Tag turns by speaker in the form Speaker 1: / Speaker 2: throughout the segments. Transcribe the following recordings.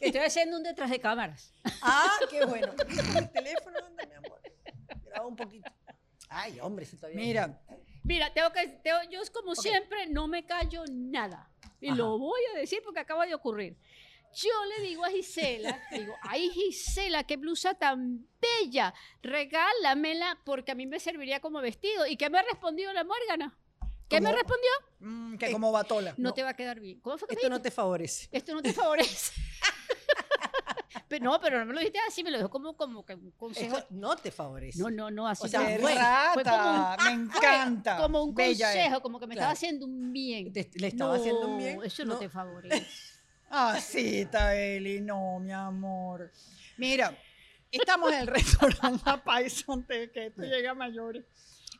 Speaker 1: estoy haciendo un detrás de cámaras.
Speaker 2: Ah, qué bueno. El teléfono, anda, mi amor. Graba un poquito. Ay, hombre, si todavía.
Speaker 3: Mira,
Speaker 1: Mira, tengo que, tengo- yo como siempre no me callo nada. Y lo voy a decir porque acaba de ocurrir. Yo le digo a Gisela, digo, ay Gisela, qué blusa tan bella, regálamela porque a mí me serviría como vestido. ¿Y qué me respondió la Morgana? ¿Qué me
Speaker 3: ¿Cómo?
Speaker 1: respondió?
Speaker 3: mm,
Speaker 2: Eh,
Speaker 3: que como batola.
Speaker 1: No, te va a quedar bien. ¿Cómo fue que me
Speaker 2: Esto no te favorece.
Speaker 1: esto no te favorece. pero no, pero no me lo dijiste así, me lo dejó como, como que un consejo.
Speaker 2: Esto no te favorece.
Speaker 1: No, no, no, así
Speaker 3: O sea,
Speaker 1: no
Speaker 3: qué
Speaker 1: fue. Fue como un-
Speaker 3: rata, me encanta.
Speaker 1: como un
Speaker 3: Bella es.
Speaker 1: consejo, como que me estaba
Speaker 2: Claro.
Speaker 1: haciendo un bien.
Speaker 2: Te- le estaba haciendo un bien.
Speaker 1: No, Eso no,
Speaker 2: No.
Speaker 1: te favorece.
Speaker 3: Ah, sí, Tabeli, no, mi amor. Mira, estamos en el restaurante La Paisa antes de que esto llegue a mayores.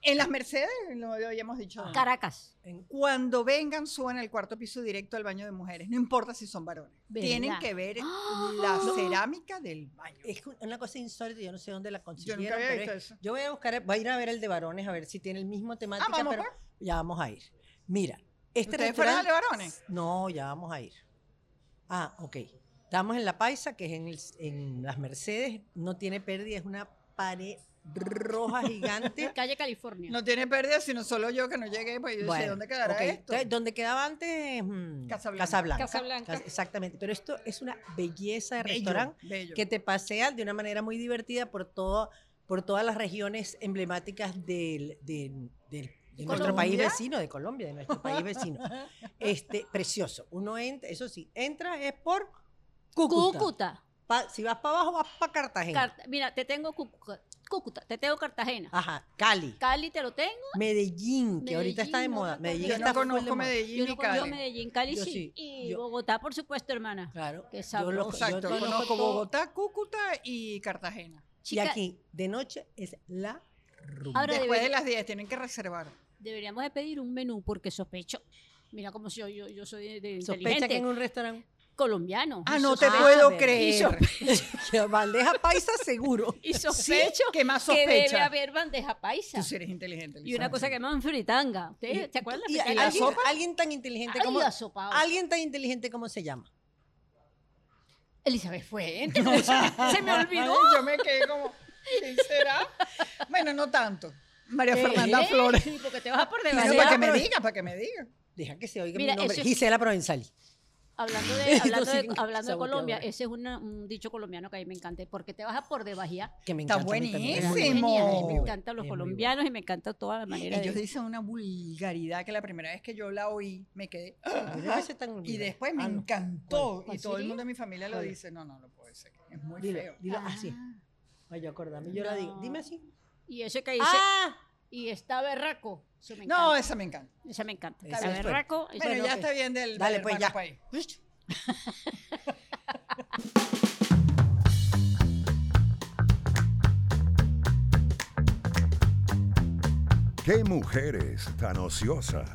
Speaker 3: En las Mercedes, lo habíamos dicho.
Speaker 1: Ah.
Speaker 3: antes.
Speaker 1: Caracas.
Speaker 2: En-
Speaker 3: Cuando vengan, suban al cuarto piso directo al baño de mujeres, no importa si son varones.
Speaker 1: ¿Verdad?
Speaker 3: Tienen que ver
Speaker 1: ¡Ah!
Speaker 3: la cerámica del baño.
Speaker 2: Es que una cosa insólita, yo no sé dónde la consiguieron.
Speaker 3: había
Speaker 2: pero
Speaker 3: visto
Speaker 2: es-
Speaker 3: eso. Ah,
Speaker 2: Yo voy a buscar, voy a ir a ver el de varones, a ver si tiene el mismo temática,
Speaker 3: vamos, pues.
Speaker 2: pero ya vamos a ir. Mira, este
Speaker 3: ¿Ustedes fueron al de
Speaker 2: restaurante-
Speaker 3: varones?
Speaker 2: No, ya vamos a ir. Ah, ok. Estamos en La Paisa, que es en, el- en las Mercedes, no tiene pérdida, es una pared roja gigante.
Speaker 1: Calle California.
Speaker 3: No tiene pérdida, sino solo yo que no llegué, pues yo decía,
Speaker 2: Bueno,
Speaker 3: ¿dónde quedará
Speaker 2: ok.
Speaker 3: esto?
Speaker 2: Entonces, Donde quedaba antes mm,
Speaker 3: Casablanca.
Speaker 1: Casablanca.
Speaker 2: Cas- Exactamente, pero esto es una belleza de
Speaker 3: Bello,
Speaker 2: restaurante
Speaker 3: bello.
Speaker 2: que te pasea de una manera muy divertida por todo, por todas las regiones emblemáticas del, del- del- de nuestro
Speaker 3: Colombia?
Speaker 2: país vecino, de Colombia, de nuestro país vecino. Este, precioso. Uno entra, eso sí, entras es por Cúcuta.
Speaker 1: Cúcuta.
Speaker 2: Pa- si vas para abajo, vas para Cartagena.
Speaker 1: Car- Mira, te tengo Cúcuta, Cúcuta, te tengo Cartagena.
Speaker 3: Ah.
Speaker 2: Ajá, Cali,
Speaker 1: Cali te lo tengo.
Speaker 2: Medellín, que ahorita está de
Speaker 1: Medellín, no
Speaker 2: moda.
Speaker 1: recuerdo.
Speaker 2: Medellín
Speaker 3: yo no
Speaker 2: está full de
Speaker 3: conozco
Speaker 2: moda.
Speaker 3: Medellín
Speaker 1: Yo
Speaker 3: ni
Speaker 1: no conozco
Speaker 3: Cali.
Speaker 1: Medellín, Cali
Speaker 2: Yo
Speaker 1: sí.
Speaker 2: sí,
Speaker 1: Y
Speaker 2: yo-
Speaker 1: Bogotá, por supuesto, hermana.
Speaker 2: Claro.
Speaker 1: Qué
Speaker 2: yo lo-
Speaker 1: sabroso.
Speaker 3: Exacto,
Speaker 2: yo
Speaker 3: conozco
Speaker 2: todo.
Speaker 3: Bogotá, Cúcuta y Cartagena.
Speaker 2: Y
Speaker 1: Chica,
Speaker 2: aquí, de noche, es la rumba.
Speaker 1: Ahora
Speaker 3: Después de
Speaker 1: debería-
Speaker 3: las 10 tienen que reservar.
Speaker 1: deberíamos de pedir un menú porque sospecho. Mira como si yo, yo, yo soy de, de
Speaker 2: Sospecha que
Speaker 1: inteligente.
Speaker 2: en un restaurante.
Speaker 1: Colombiano.
Speaker 3: Ah,
Speaker 2: Y
Speaker 3: no
Speaker 2: sos-
Speaker 3: te
Speaker 2: Ah,
Speaker 3: puedo
Speaker 2: ver,
Speaker 1: y
Speaker 3: creer.
Speaker 2: Que bandeja paisa seguro.
Speaker 1: Y
Speaker 3: Sí,
Speaker 1: sospecho
Speaker 3: ¿Qué más
Speaker 1: que debe
Speaker 3: sospecha?
Speaker 1: haber bandeja paisa.
Speaker 3: Tú sí eres inteligente.
Speaker 1: Y una
Speaker 3: Elizabeth.
Speaker 1: cosa que llaman fritanga. ¿Ustedes
Speaker 2: Y-
Speaker 1: se acuerdan?
Speaker 2: y- y
Speaker 1: fritanga?
Speaker 2: alguien,
Speaker 3: sopa?
Speaker 2: alguien tan inteligente
Speaker 1: Ay,
Speaker 2: como
Speaker 1: asopao.
Speaker 2: alguien tan inteligente como se llama.
Speaker 1: Elizabeth Fuente, ¿no? se me olvidó.
Speaker 3: Ay, yo me quedé como, ¿quién será? Bueno, no tanto. María
Speaker 2: ¿Qué?
Speaker 3: Fernanda
Speaker 1: ¿Eh?
Speaker 3: Flores.
Speaker 1: Sí, porque te vas por
Speaker 3: Bueno,
Speaker 1: debajo.
Speaker 3: para que
Speaker 2: pero-
Speaker 3: me diga, para que me diga.
Speaker 2: Deja que se oiga
Speaker 1: Mira,
Speaker 2: mi nombre.
Speaker 1: eso es-
Speaker 2: Gisela Provenzali.
Speaker 1: Hablando de, hablando de,
Speaker 2: Yo sí,
Speaker 1: hablando de Colombia,
Speaker 2: saboteadora.
Speaker 1: ese es una- un dicho colombiano que a mí me encanta. Porque te vas a por debajía.
Speaker 2: Que me
Speaker 3: Está
Speaker 2: encanta. a mí también.
Speaker 1: Es
Speaker 2: Es muy
Speaker 1: muy
Speaker 3: Buenísimo.
Speaker 1: genial. A
Speaker 2: buena.
Speaker 1: mí me
Speaker 3: Es
Speaker 1: encantan los
Speaker 2: muy buena.
Speaker 1: colombianos y me encanta toda la manera
Speaker 3: Ellos
Speaker 1: de...
Speaker 3: dicen una vulgaridad que la primera vez que yo la oí me quedé. ah,
Speaker 2: Yo no sé tan
Speaker 3: Y
Speaker 2: vulgar.
Speaker 3: después me
Speaker 2: Ah, no.
Speaker 3: encantó.
Speaker 1: ¿Cuál
Speaker 3: Y todo el
Speaker 1: sería?
Speaker 3: mundo de mi familia lo
Speaker 2: ¿Cuál?
Speaker 3: dice. No, no, no puede ser. Es muy
Speaker 2: Dilo,
Speaker 3: feo.
Speaker 2: dilo así.
Speaker 1: Ah,
Speaker 2: Ay, yo acordame. Yo la digo.
Speaker 1: No.
Speaker 2: Dime así.
Speaker 1: Y ese que dice...
Speaker 2: ¡Ah!
Speaker 1: Y está berraco. Eso me
Speaker 3: No,
Speaker 1: encanta.
Speaker 3: esa me encanta.
Speaker 1: No, esa me encanta.
Speaker 2: Esa
Speaker 1: Está
Speaker 2: es
Speaker 1: berraco.
Speaker 3: Bueno,
Speaker 1: eso-
Speaker 3: ya está bien del.
Speaker 2: Dale,
Speaker 3: del
Speaker 2: pues,
Speaker 3: hermano
Speaker 2: ya.
Speaker 3: país.
Speaker 4: ¡Qué mujeres tan ociosas!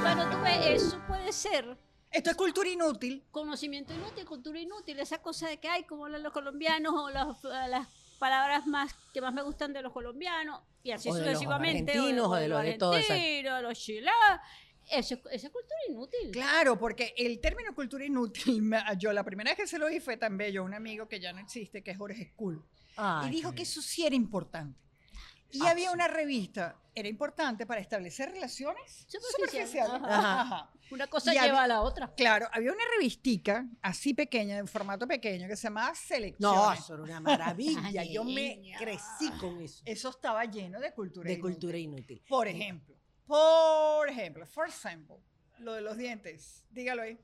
Speaker 1: Bueno, tú ves, eso puede ser
Speaker 3: Esto es cultura inútil.
Speaker 1: conocimiento inútil, cultura inútil, esa cosa de que hay, como hablan los colombianos, o las, las palabras más que más me gustan de los colombianos, y así
Speaker 2: O de los
Speaker 1: sucesivamente.
Speaker 2: argentinos, o de los- de todo eso.
Speaker 1: argentinos, de los chilados. Eso, esa es cultura inútil.
Speaker 3: Claro, porque el término cultura inútil, me- yo la primera vez que se lo oí fue tan bello, un amigo que ya no existe, que es Jorge School,
Speaker 2: Ay,
Speaker 3: y dijo
Speaker 2: qué
Speaker 3: que
Speaker 2: bien.
Speaker 3: eso sí era importante. Y
Speaker 2: Ah,
Speaker 3: había
Speaker 2: sí.
Speaker 3: una revista, era importante para establecer relaciones
Speaker 1: Superficiales,
Speaker 3: superficiales.
Speaker 1: ajá.
Speaker 3: Ajá.
Speaker 1: Una cosa
Speaker 3: Y
Speaker 1: lleva
Speaker 3: había-
Speaker 1: a la otra.
Speaker 3: Claro, había una revistica así pequeña, en formato pequeño, que se llamaba
Speaker 2: No,
Speaker 3: Selecciones.
Speaker 2: eso era una maravilla.
Speaker 1: Ay,
Speaker 2: Yo me
Speaker 1: niña.
Speaker 2: crecí con eso.
Speaker 3: eso estaba lleno de cultura
Speaker 2: De
Speaker 3: inútil.
Speaker 2: cultura inútil.
Speaker 3: Por ejemplo, por ejemplo, for example, lo de los dientes, dígalo ahí.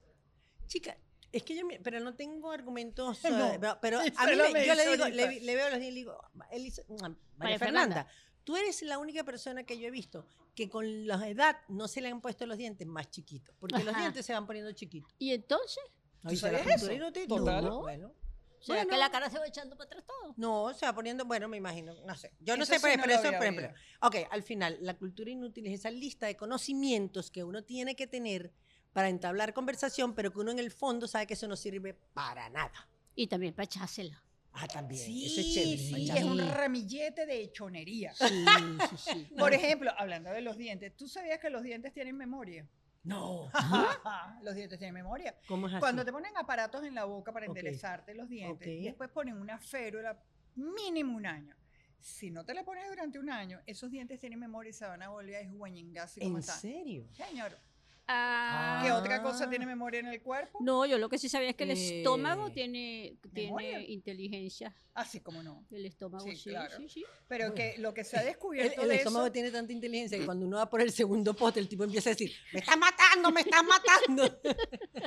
Speaker 2: Chica, es que yo, me- pero no tengo argumentos,
Speaker 3: No.
Speaker 2: eh, pero- pero
Speaker 3: Sí,
Speaker 2: a mí
Speaker 3: solo
Speaker 2: me-
Speaker 3: me
Speaker 2: yo le
Speaker 3: hizo
Speaker 2: digo,
Speaker 3: ahorita.
Speaker 2: le, le veo a los niños y le digo, Elisa- mm, María,
Speaker 1: María
Speaker 2: Fernanda,
Speaker 1: Fernanda.
Speaker 2: tú eres la única persona que yo he visto que con la edad no se le han puesto los dientes más chiquitos, porque los
Speaker 1: Ajá.
Speaker 2: dientes se van poniendo chiquitos.
Speaker 1: Y entonces,
Speaker 2: Ay, ¿será
Speaker 3: sabías
Speaker 2: cultura
Speaker 3: eso?
Speaker 2: inútil?
Speaker 3: Total.
Speaker 2: No, bueno.
Speaker 1: ¿será
Speaker 2: Bueno.
Speaker 1: que la cara se va echando para atrás todo?
Speaker 2: No, se va poniendo, bueno, me imagino, no sé. Yo no
Speaker 3: Eso
Speaker 2: sé,
Speaker 3: sí
Speaker 2: pero,
Speaker 3: no
Speaker 2: pero
Speaker 3: lo
Speaker 2: eso,
Speaker 3: había
Speaker 2: por ejemplo.
Speaker 3: oído.
Speaker 2: Ok, al final, la cultura inútil es esa lista de conocimientos que uno tiene que tener para entablar conversación, pero que uno en el fondo sabe que eso no sirve para nada.
Speaker 1: Y también para echársela.
Speaker 2: Ah, también.
Speaker 3: Sí,
Speaker 2: eso es chévere.
Speaker 3: sí,
Speaker 2: manchado.
Speaker 3: es un ramillete de hechonería.
Speaker 2: Sí, sí, sí.
Speaker 3: Por ejemplo, hablando de los dientes, ¿tú sabías que los dientes tienen memoria?
Speaker 2: No.
Speaker 3: Ajá, los dientes tienen memoria.
Speaker 2: ¿Cómo es así?
Speaker 3: Cuando te ponen aparatos en la boca para
Speaker 2: Ok.
Speaker 3: enderezarte los dientes,
Speaker 2: Ok.
Speaker 3: y después ponen una férula mínimo un año. Si no te la pones durante un año, esos dientes tienen memoria y se van a volver a esguañingar así como
Speaker 2: ¿En
Speaker 3: están.
Speaker 2: serio?
Speaker 3: Señor,
Speaker 1: Ah,
Speaker 3: ¿qué
Speaker 2: Ah.
Speaker 3: otra cosa tiene memoria en el cuerpo?
Speaker 1: no, yo lo que sí sabía es que el estómago
Speaker 2: Eh,
Speaker 1: tiene,
Speaker 3: memoria.
Speaker 1: tiene inteligencia.
Speaker 3: Así como no.
Speaker 1: El estómago,
Speaker 3: Sí,
Speaker 1: sí,
Speaker 3: claro.
Speaker 1: sí, sí.
Speaker 3: Pero
Speaker 2: Bueno.
Speaker 3: que lo que se ha
Speaker 2: El,
Speaker 3: descubierto
Speaker 2: el
Speaker 3: de
Speaker 2: estómago
Speaker 3: eso,
Speaker 2: tiene tanta inteligencia que cuando uno va por el segundo poste, el tipo empieza a decir, me estás matando, me estás matando.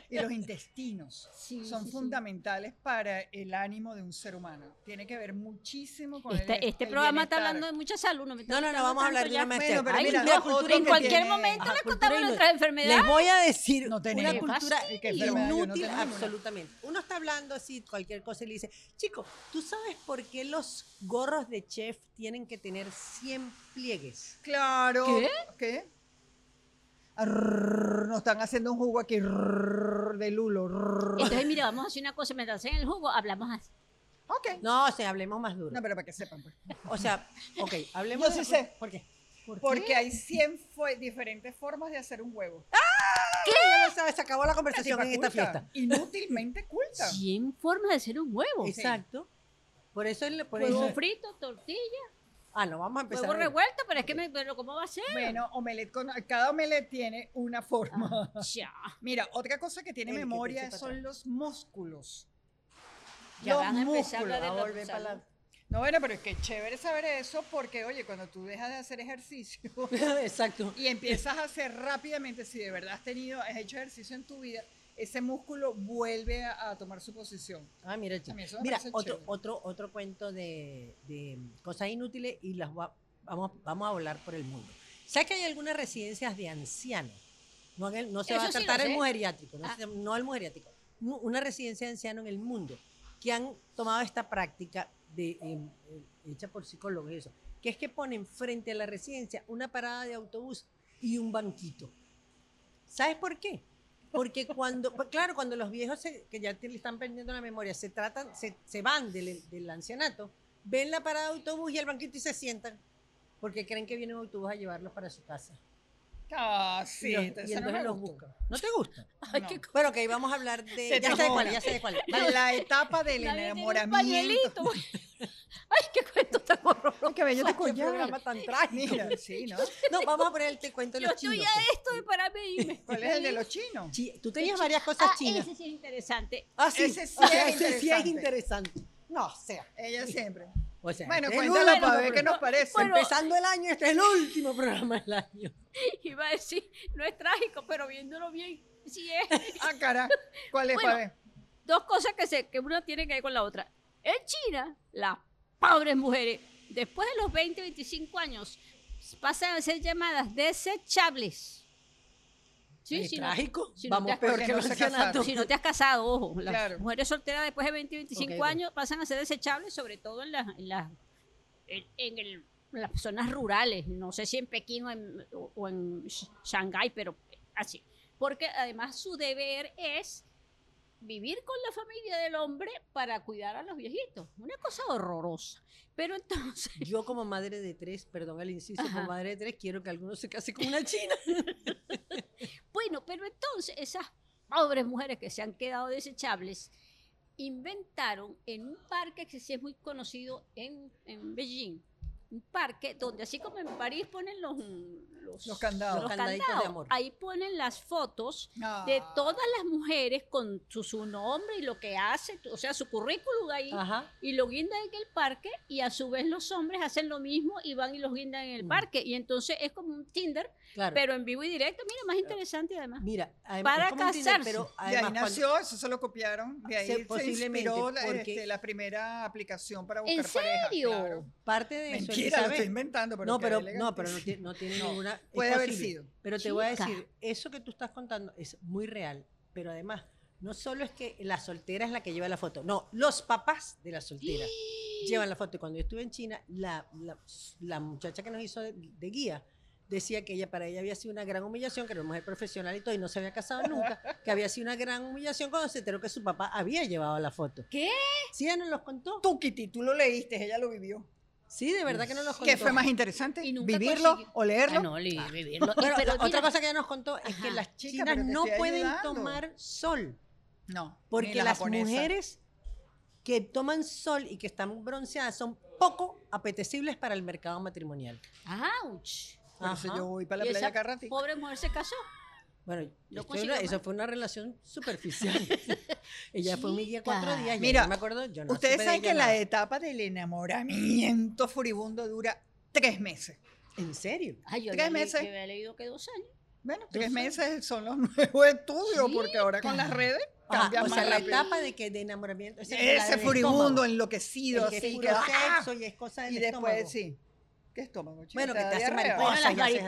Speaker 3: y los intestinos
Speaker 1: Sí,
Speaker 3: son
Speaker 1: sí, sí.
Speaker 3: fundamentales para el ánimo de un ser humano. Tiene que ver muchísimo con el
Speaker 1: Este,
Speaker 3: est-
Speaker 1: este
Speaker 3: el
Speaker 1: programa está
Speaker 3: bienestar.
Speaker 1: hablando de mucha salud. No, me está
Speaker 2: No, no, no,
Speaker 1: gustando
Speaker 2: vamos a hablar
Speaker 1: tanto
Speaker 2: de una
Speaker 1: ya.
Speaker 2: maestra.
Speaker 3: Bueno, pero
Speaker 1: Ay,
Speaker 3: mira,
Speaker 1: no,
Speaker 3: la
Speaker 1: en
Speaker 3: cultura que
Speaker 1: cualquier
Speaker 3: tiene-
Speaker 1: momento
Speaker 2: Ajá,
Speaker 1: le
Speaker 2: Ah, cultura
Speaker 1: contamos
Speaker 2: inu-
Speaker 1: nuestra enfermedad.
Speaker 2: Les voy a decir
Speaker 3: No tenemos.
Speaker 2: una cultura
Speaker 1: Sí,
Speaker 3: qué enfermedad, yo no
Speaker 2: inútil
Speaker 3: tengo ninguna.
Speaker 2: absolutamente. Uno está hablando así, cualquier cosa, y le dice, chico, ¿tú sabes por qué los gorros de chef tienen que tener 100 pliegues?
Speaker 3: Claro.
Speaker 1: ¿Qué?
Speaker 3: ¿Qué? Arrrr, nos están haciendo un jugo aquí rrr, de lulo. rrr.
Speaker 1: Entonces, mira, vamos a hacer una cosa. Mientras en el jugo, hablamos así.
Speaker 3: Ok.
Speaker 2: No, o sea, hablemos más duro.
Speaker 3: No, pero para que sepan. Pues.
Speaker 2: O sea, ok, hablemos
Speaker 3: Yo sí
Speaker 2: de-
Speaker 3: sé.
Speaker 2: ¿Por qué? ¿Por
Speaker 3: Porque hay 100 fue- diferentes formas de hacer un huevo.
Speaker 2: Ya lo sabes, se acabó la
Speaker 3: Una
Speaker 2: conversación
Speaker 3: tipa
Speaker 2: en esta
Speaker 3: culta,
Speaker 2: fiesta.
Speaker 3: Inútilmente culta.
Speaker 1: 100 formas de hacer un huevo.
Speaker 2: Exacto. Por eso es... Por
Speaker 1: Huevo
Speaker 2: eso-
Speaker 1: frito, tortilla,
Speaker 2: ah, no, vamos a empezar.
Speaker 1: huevo
Speaker 2: a-
Speaker 1: revuelto, pero es que me, pero ¿cómo va a ser?
Speaker 3: Bueno, omelet con, cada omelet tiene una forma.
Speaker 1: Ya.
Speaker 3: Mira, otra cosa que tiene
Speaker 2: El Ah. que te
Speaker 3: memoria
Speaker 2: eche pa'
Speaker 3: son
Speaker 2: atrás.
Speaker 3: los músculos.
Speaker 1: Ya
Speaker 3: los
Speaker 1: van a empezar a hablar
Speaker 3: músculos.
Speaker 1: de
Speaker 2: a
Speaker 1: la
Speaker 2: volver para
Speaker 1: salud.
Speaker 2: la...
Speaker 3: No, bueno, pero es que chévere saber eso porque, oye, cuando tú dejas de hacer ejercicio
Speaker 2: Exacto.
Speaker 3: y empiezas a hacer rápidamente, si de verdad has tenido, has hecho ejercicio en tu vida, ese músculo vuelve a, a tomar su posición.
Speaker 2: Ah, mira, chico.
Speaker 3: A mí eso me
Speaker 2: Mira,
Speaker 3: parece
Speaker 2: otro,
Speaker 3: chévere.
Speaker 2: otro, otro cuento de, de cosas inútiles y las va- vamos, vamos a volar por el mundo. ¿Sabes que hay algunas residencias de ancianos? No, en el- no se va a
Speaker 1: Eso sí lo
Speaker 2: tratar el
Speaker 1: sé.
Speaker 2: mugeriátrico, no,
Speaker 1: Ah.
Speaker 2: se- no el mugeriátrico. nu- Una residencia de ancianos en el mundo que han tomado esta práctica de, em, eh, hecha por psicólogos y eso, que es que ponen frente a la residencia una parada de autobús y un banquito. ¿Sabes por qué? Porque cuando, pues, claro, cuando los viejos se- que ya te- le están perdiendo la memoria se tratan, se, se van del, del ancianato, ven la parada de autobús y el banquito y se sientan, porque creen que viene un autobús a llevarlos para su casa.
Speaker 1: Ah,
Speaker 3: Casi.
Speaker 2: y los, y
Speaker 3: entonces no
Speaker 2: entonces
Speaker 3: me
Speaker 2: los
Speaker 3: gustó.
Speaker 2: buscan. ¿No te gusta?
Speaker 1: Ay,
Speaker 3: No.
Speaker 1: qué cosa.
Speaker 2: Bueno, ok, vamos a hablar de.
Speaker 3: Se
Speaker 2: Ya
Speaker 3: te
Speaker 2: sé de cuál,
Speaker 3: mola.
Speaker 2: ya sé de cuál.
Speaker 3: La etapa del
Speaker 1: Nadie tiene un
Speaker 3: enamoramiento.
Speaker 1: pañuelito. Ay, qué cuento tan horroroso.
Speaker 3: Qué bello
Speaker 2: Ay, qué programa tan trágico.
Speaker 3: Mira, sí, ¿no?
Speaker 2: No, vamos a poner el te cuento de
Speaker 1: Yo
Speaker 2: los
Speaker 1: estoy
Speaker 2: chinos.
Speaker 1: a esto de pararme e irme.
Speaker 3: ¿Cuál es el de los chinos?
Speaker 2: Chi- Tú tenías varias cosas
Speaker 1: ah,
Speaker 2: chinas.
Speaker 1: Ese sí es interesante.
Speaker 2: Ah, sí.
Speaker 3: Ese sí
Speaker 2: o sea,
Speaker 3: es
Speaker 2: ese sí es interesante. No, o sea.
Speaker 3: Ella siempre.
Speaker 2: O sea,
Speaker 3: Bueno,
Speaker 2: este es el
Speaker 3: cuéntala
Speaker 2: último
Speaker 3: para ver qué
Speaker 2: programa.
Speaker 3: nos parece.
Speaker 1: Bueno,
Speaker 2: Empezando el año, este es el último programa del año.
Speaker 1: Iba a decir, no es trágico, pero viéndolo bien, sí es.
Speaker 3: Ah, cara. ¿Cuál es,
Speaker 1: Bueno.
Speaker 3: para ver?
Speaker 1: Dos cosas que, se, que una tiene que ver con la otra. En China, las pobres mujeres, después de los 20, 25 años, pasan a ser llamadas desechables. Sí,
Speaker 2: Es
Speaker 1: si no-
Speaker 2: trágico.
Speaker 1: si no
Speaker 2: Vamos
Speaker 1: te has-
Speaker 2: peor
Speaker 3: porque
Speaker 2: que
Speaker 3: no
Speaker 2: los
Speaker 3: se
Speaker 2: ancianatos.
Speaker 1: Si no te has casado, ojo. Las
Speaker 3: Claro.
Speaker 1: mujeres solteras después de 20, 25
Speaker 2: Ok, ok.
Speaker 1: años pasan a ser desechables, sobre todo en las en las- en- en el- en las zonas rurales. No sé si en Pekín o en, o- o en Sh- Shanghái, pero así. Porque además su deber es vivir con la familia del hombre para cuidar a los viejitos. Una cosa horrorosa. Pero entonces.
Speaker 2: Yo como madre de tres, perdón el inciso,
Speaker 1: Ajá.
Speaker 2: como madre de tres, quiero que alguno se case con una china.
Speaker 1: Bueno, pero entonces esas pobres mujeres que se han quedado desechables inventaron en un parque que sí es muy conocido en, en Beijing, un parque donde así como en París ponen los, los,
Speaker 3: Los candados.
Speaker 1: los
Speaker 2: Los candaditos de
Speaker 1: candados,
Speaker 2: amor.
Speaker 1: ahí ponen las fotos
Speaker 3: Ah.
Speaker 1: de todas las mujeres con su, su nombre y lo que hace, o sea, su currículum ahí.
Speaker 2: Ajá.
Speaker 1: Y lo guindan en el parque y a su vez los hombres hacen lo mismo y van y los guindan en el
Speaker 2: Mm.
Speaker 1: parque. Y entonces es como un Tinder,
Speaker 2: Claro.
Speaker 1: pero en vivo y directo. Mira, más interesante además.
Speaker 2: Mira, además,
Speaker 1: Para
Speaker 2: es como un Tinder,
Speaker 1: casarse.
Speaker 2: pero
Speaker 3: Ah, De ahí
Speaker 2: además, cuando- Ah,
Speaker 3: nació, eso se lo copiaron. De ahí
Speaker 2: Se-
Speaker 3: se,
Speaker 2: posiblemente,
Speaker 3: inspiró la,
Speaker 2: porque-
Speaker 3: este, la primera aplicación para buscar
Speaker 1: ¿En
Speaker 3: pareja.
Speaker 1: serio?
Speaker 3: claro.
Speaker 2: parte de eso,
Speaker 3: Mentira, lo
Speaker 2: ¿sabes?
Speaker 3: estoy inventando. Pero
Speaker 2: no,
Speaker 3: qué
Speaker 2: pero, no,
Speaker 3: elegante.
Speaker 2: pero no tiene, no tiene
Speaker 3: No,
Speaker 2: ninguna. es
Speaker 3: puede haber
Speaker 2: posible.
Speaker 3: sido.
Speaker 2: Pero te voy a
Speaker 1: Chica.
Speaker 2: decir, eso que tú estás contando es muy real, pero además, no solo es que la soltera es la que lleva la foto, no, los papás de la soltera llevan la foto. Cuando yo estuve en China, la, la- la muchacha que nos hizo de, de guía decía que ella para ella había sido una gran humillación, que era una mujer profesional y todo, y no se había casado nunca, que había sido una gran humillación cuando se enteró que su papá había llevado la foto.
Speaker 1: ¿Qué?
Speaker 2: Sí, ella nos los contó.
Speaker 3: Tú, Kitty, tú lo leíste, ella lo vivió.
Speaker 2: Sí, de verdad que no los contó.
Speaker 3: ¿Qué fue más interesante?
Speaker 1: Y nunca
Speaker 3: ¿Vivirlo
Speaker 1: consiguió-
Speaker 3: o leerlo?
Speaker 1: Ah, no, li- vivirlo. Y-
Speaker 2: Bueno,
Speaker 1: pero
Speaker 2: la- otra
Speaker 1: mira,
Speaker 2: cosa que ella nos contó es que
Speaker 1: Ajá.
Speaker 2: las
Speaker 3: Chica,
Speaker 2: chinas
Speaker 3: pero te
Speaker 2: no
Speaker 3: estoy
Speaker 2: pueden
Speaker 3: ayudando.
Speaker 2: tomar sol.
Speaker 3: No, ni
Speaker 2: Porque
Speaker 3: la
Speaker 2: las
Speaker 3: japonesa.
Speaker 2: mujeres que toman sol y que están bronceadas son poco apetecibles para el mercado matrimonial.
Speaker 1: ¡Auch!
Speaker 3: Por eso
Speaker 2: Ajá.
Speaker 3: yo voy para
Speaker 1: Y
Speaker 3: la
Speaker 1: esa
Speaker 3: playa cada ratito.
Speaker 1: Pobre mujer se casó.
Speaker 2: Bueno,
Speaker 1: Yo
Speaker 2: esto
Speaker 1: consigo
Speaker 2: era-
Speaker 1: más.
Speaker 2: eso fue una relación superficial. ella fue un día
Speaker 1: Chica.
Speaker 2: cuatro
Speaker 3: Mira,
Speaker 2: días. Mira, me acuerdo, yo no
Speaker 3: Ustedes
Speaker 2: supe de
Speaker 3: saben
Speaker 2: ella
Speaker 3: que la
Speaker 2: nada.
Speaker 3: etapa del enamoramiento furibundo dura tres meses.
Speaker 2: ¿En serio?
Speaker 1: Ay, yo
Speaker 3: Tres
Speaker 1: había le-
Speaker 3: meses.
Speaker 1: yo había leído que dos años.
Speaker 3: Bueno, tres
Speaker 2: sé.
Speaker 3: meses son los nuevos estudios, porque ahora con las redes
Speaker 2: Ajá,
Speaker 3: cambia
Speaker 2: o
Speaker 3: más
Speaker 2: sea, la
Speaker 3: rápido.
Speaker 2: etapa de que de enamoramiento. o sea, que la
Speaker 3: Ese
Speaker 2: del
Speaker 3: furibundo
Speaker 2: estómago,
Speaker 3: enloquecido,
Speaker 2: el que
Speaker 3: así
Speaker 2: puro
Speaker 3: que. ¡ah!
Speaker 2: sexo y es cosa del
Speaker 3: Y después,
Speaker 2: estómago.
Speaker 3: sí. ¿Qué estómago, chica?
Speaker 2: Bueno, que
Speaker 3: Te da
Speaker 2: te hace
Speaker 3: diarrea.
Speaker 1: Bueno,
Speaker 2: mariposa.
Speaker 1: las
Speaker 2: y haces así, la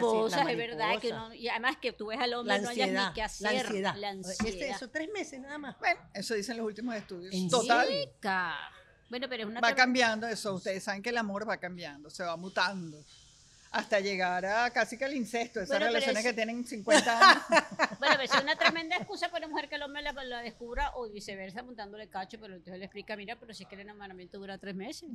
Speaker 1: mariposas, es verdad.
Speaker 2: mariposa.
Speaker 1: que uno- Y además que tú ves al hombre
Speaker 2: La
Speaker 1: y no hayas
Speaker 2: ansiedad,
Speaker 1: ni qué hacer.
Speaker 2: la ansiedad.
Speaker 1: La
Speaker 2: Este-
Speaker 1: ansiedad.
Speaker 2: eso tres meses nada más.
Speaker 3: Bueno, eso dicen los últimos estudios.
Speaker 2: ¿En
Speaker 3: Total.
Speaker 2: serio?
Speaker 1: Ca- Bueno, pero es una
Speaker 3: Va
Speaker 1: terapia.
Speaker 3: cambiando eso. Ustedes saben que el amor va cambiando, se va mutando. Hasta llegar a casi que el incesto, esas
Speaker 1: Bueno, pero
Speaker 3: relaciones
Speaker 1: es-
Speaker 3: que tienen 50 años.
Speaker 1: Bueno, pero es una tremenda excusa para una mujer que el hombre la, la descubra o viceversa montándole cacho, pero entonces le explica, mira, pero si es que el enamoramiento dura tres meses.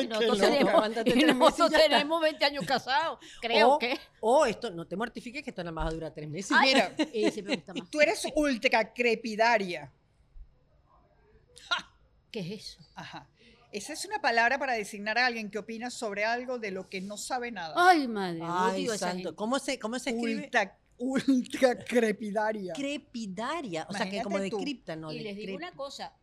Speaker 1: Y nosotros
Speaker 3: loca.
Speaker 1: tenemos,
Speaker 2: Aguántate
Speaker 1: y
Speaker 2: tres meses
Speaker 1: nosotros
Speaker 2: y ya está.
Speaker 1: tenemos 20 años casados, creo
Speaker 2: O-
Speaker 1: que.
Speaker 2: O esto, no te mortifiques que esto nada más va a durar tres meses.
Speaker 1: Ay,
Speaker 3: mira.
Speaker 1: Ese me gusta
Speaker 3: Y
Speaker 1: más.
Speaker 3: tú eres ultra crepidaria.
Speaker 1: ¿Qué es eso?
Speaker 3: Ajá. Esa es una palabra para designar a alguien que opina sobre algo de lo que no sabe nada.
Speaker 1: Ay, madre,
Speaker 2: Ay,
Speaker 1: odio a esa
Speaker 2: santo.
Speaker 1: gente.
Speaker 2: ¿Cómo se, cómo se escribe?
Speaker 3: ultra, ultra crepidaria.
Speaker 2: Crepidaria. O sea, que
Speaker 3: Imagínate
Speaker 2: como de
Speaker 3: tú.
Speaker 2: cripta, ¿no?
Speaker 1: y
Speaker 2: de
Speaker 1: les digo
Speaker 2: crep-
Speaker 1: una cosa,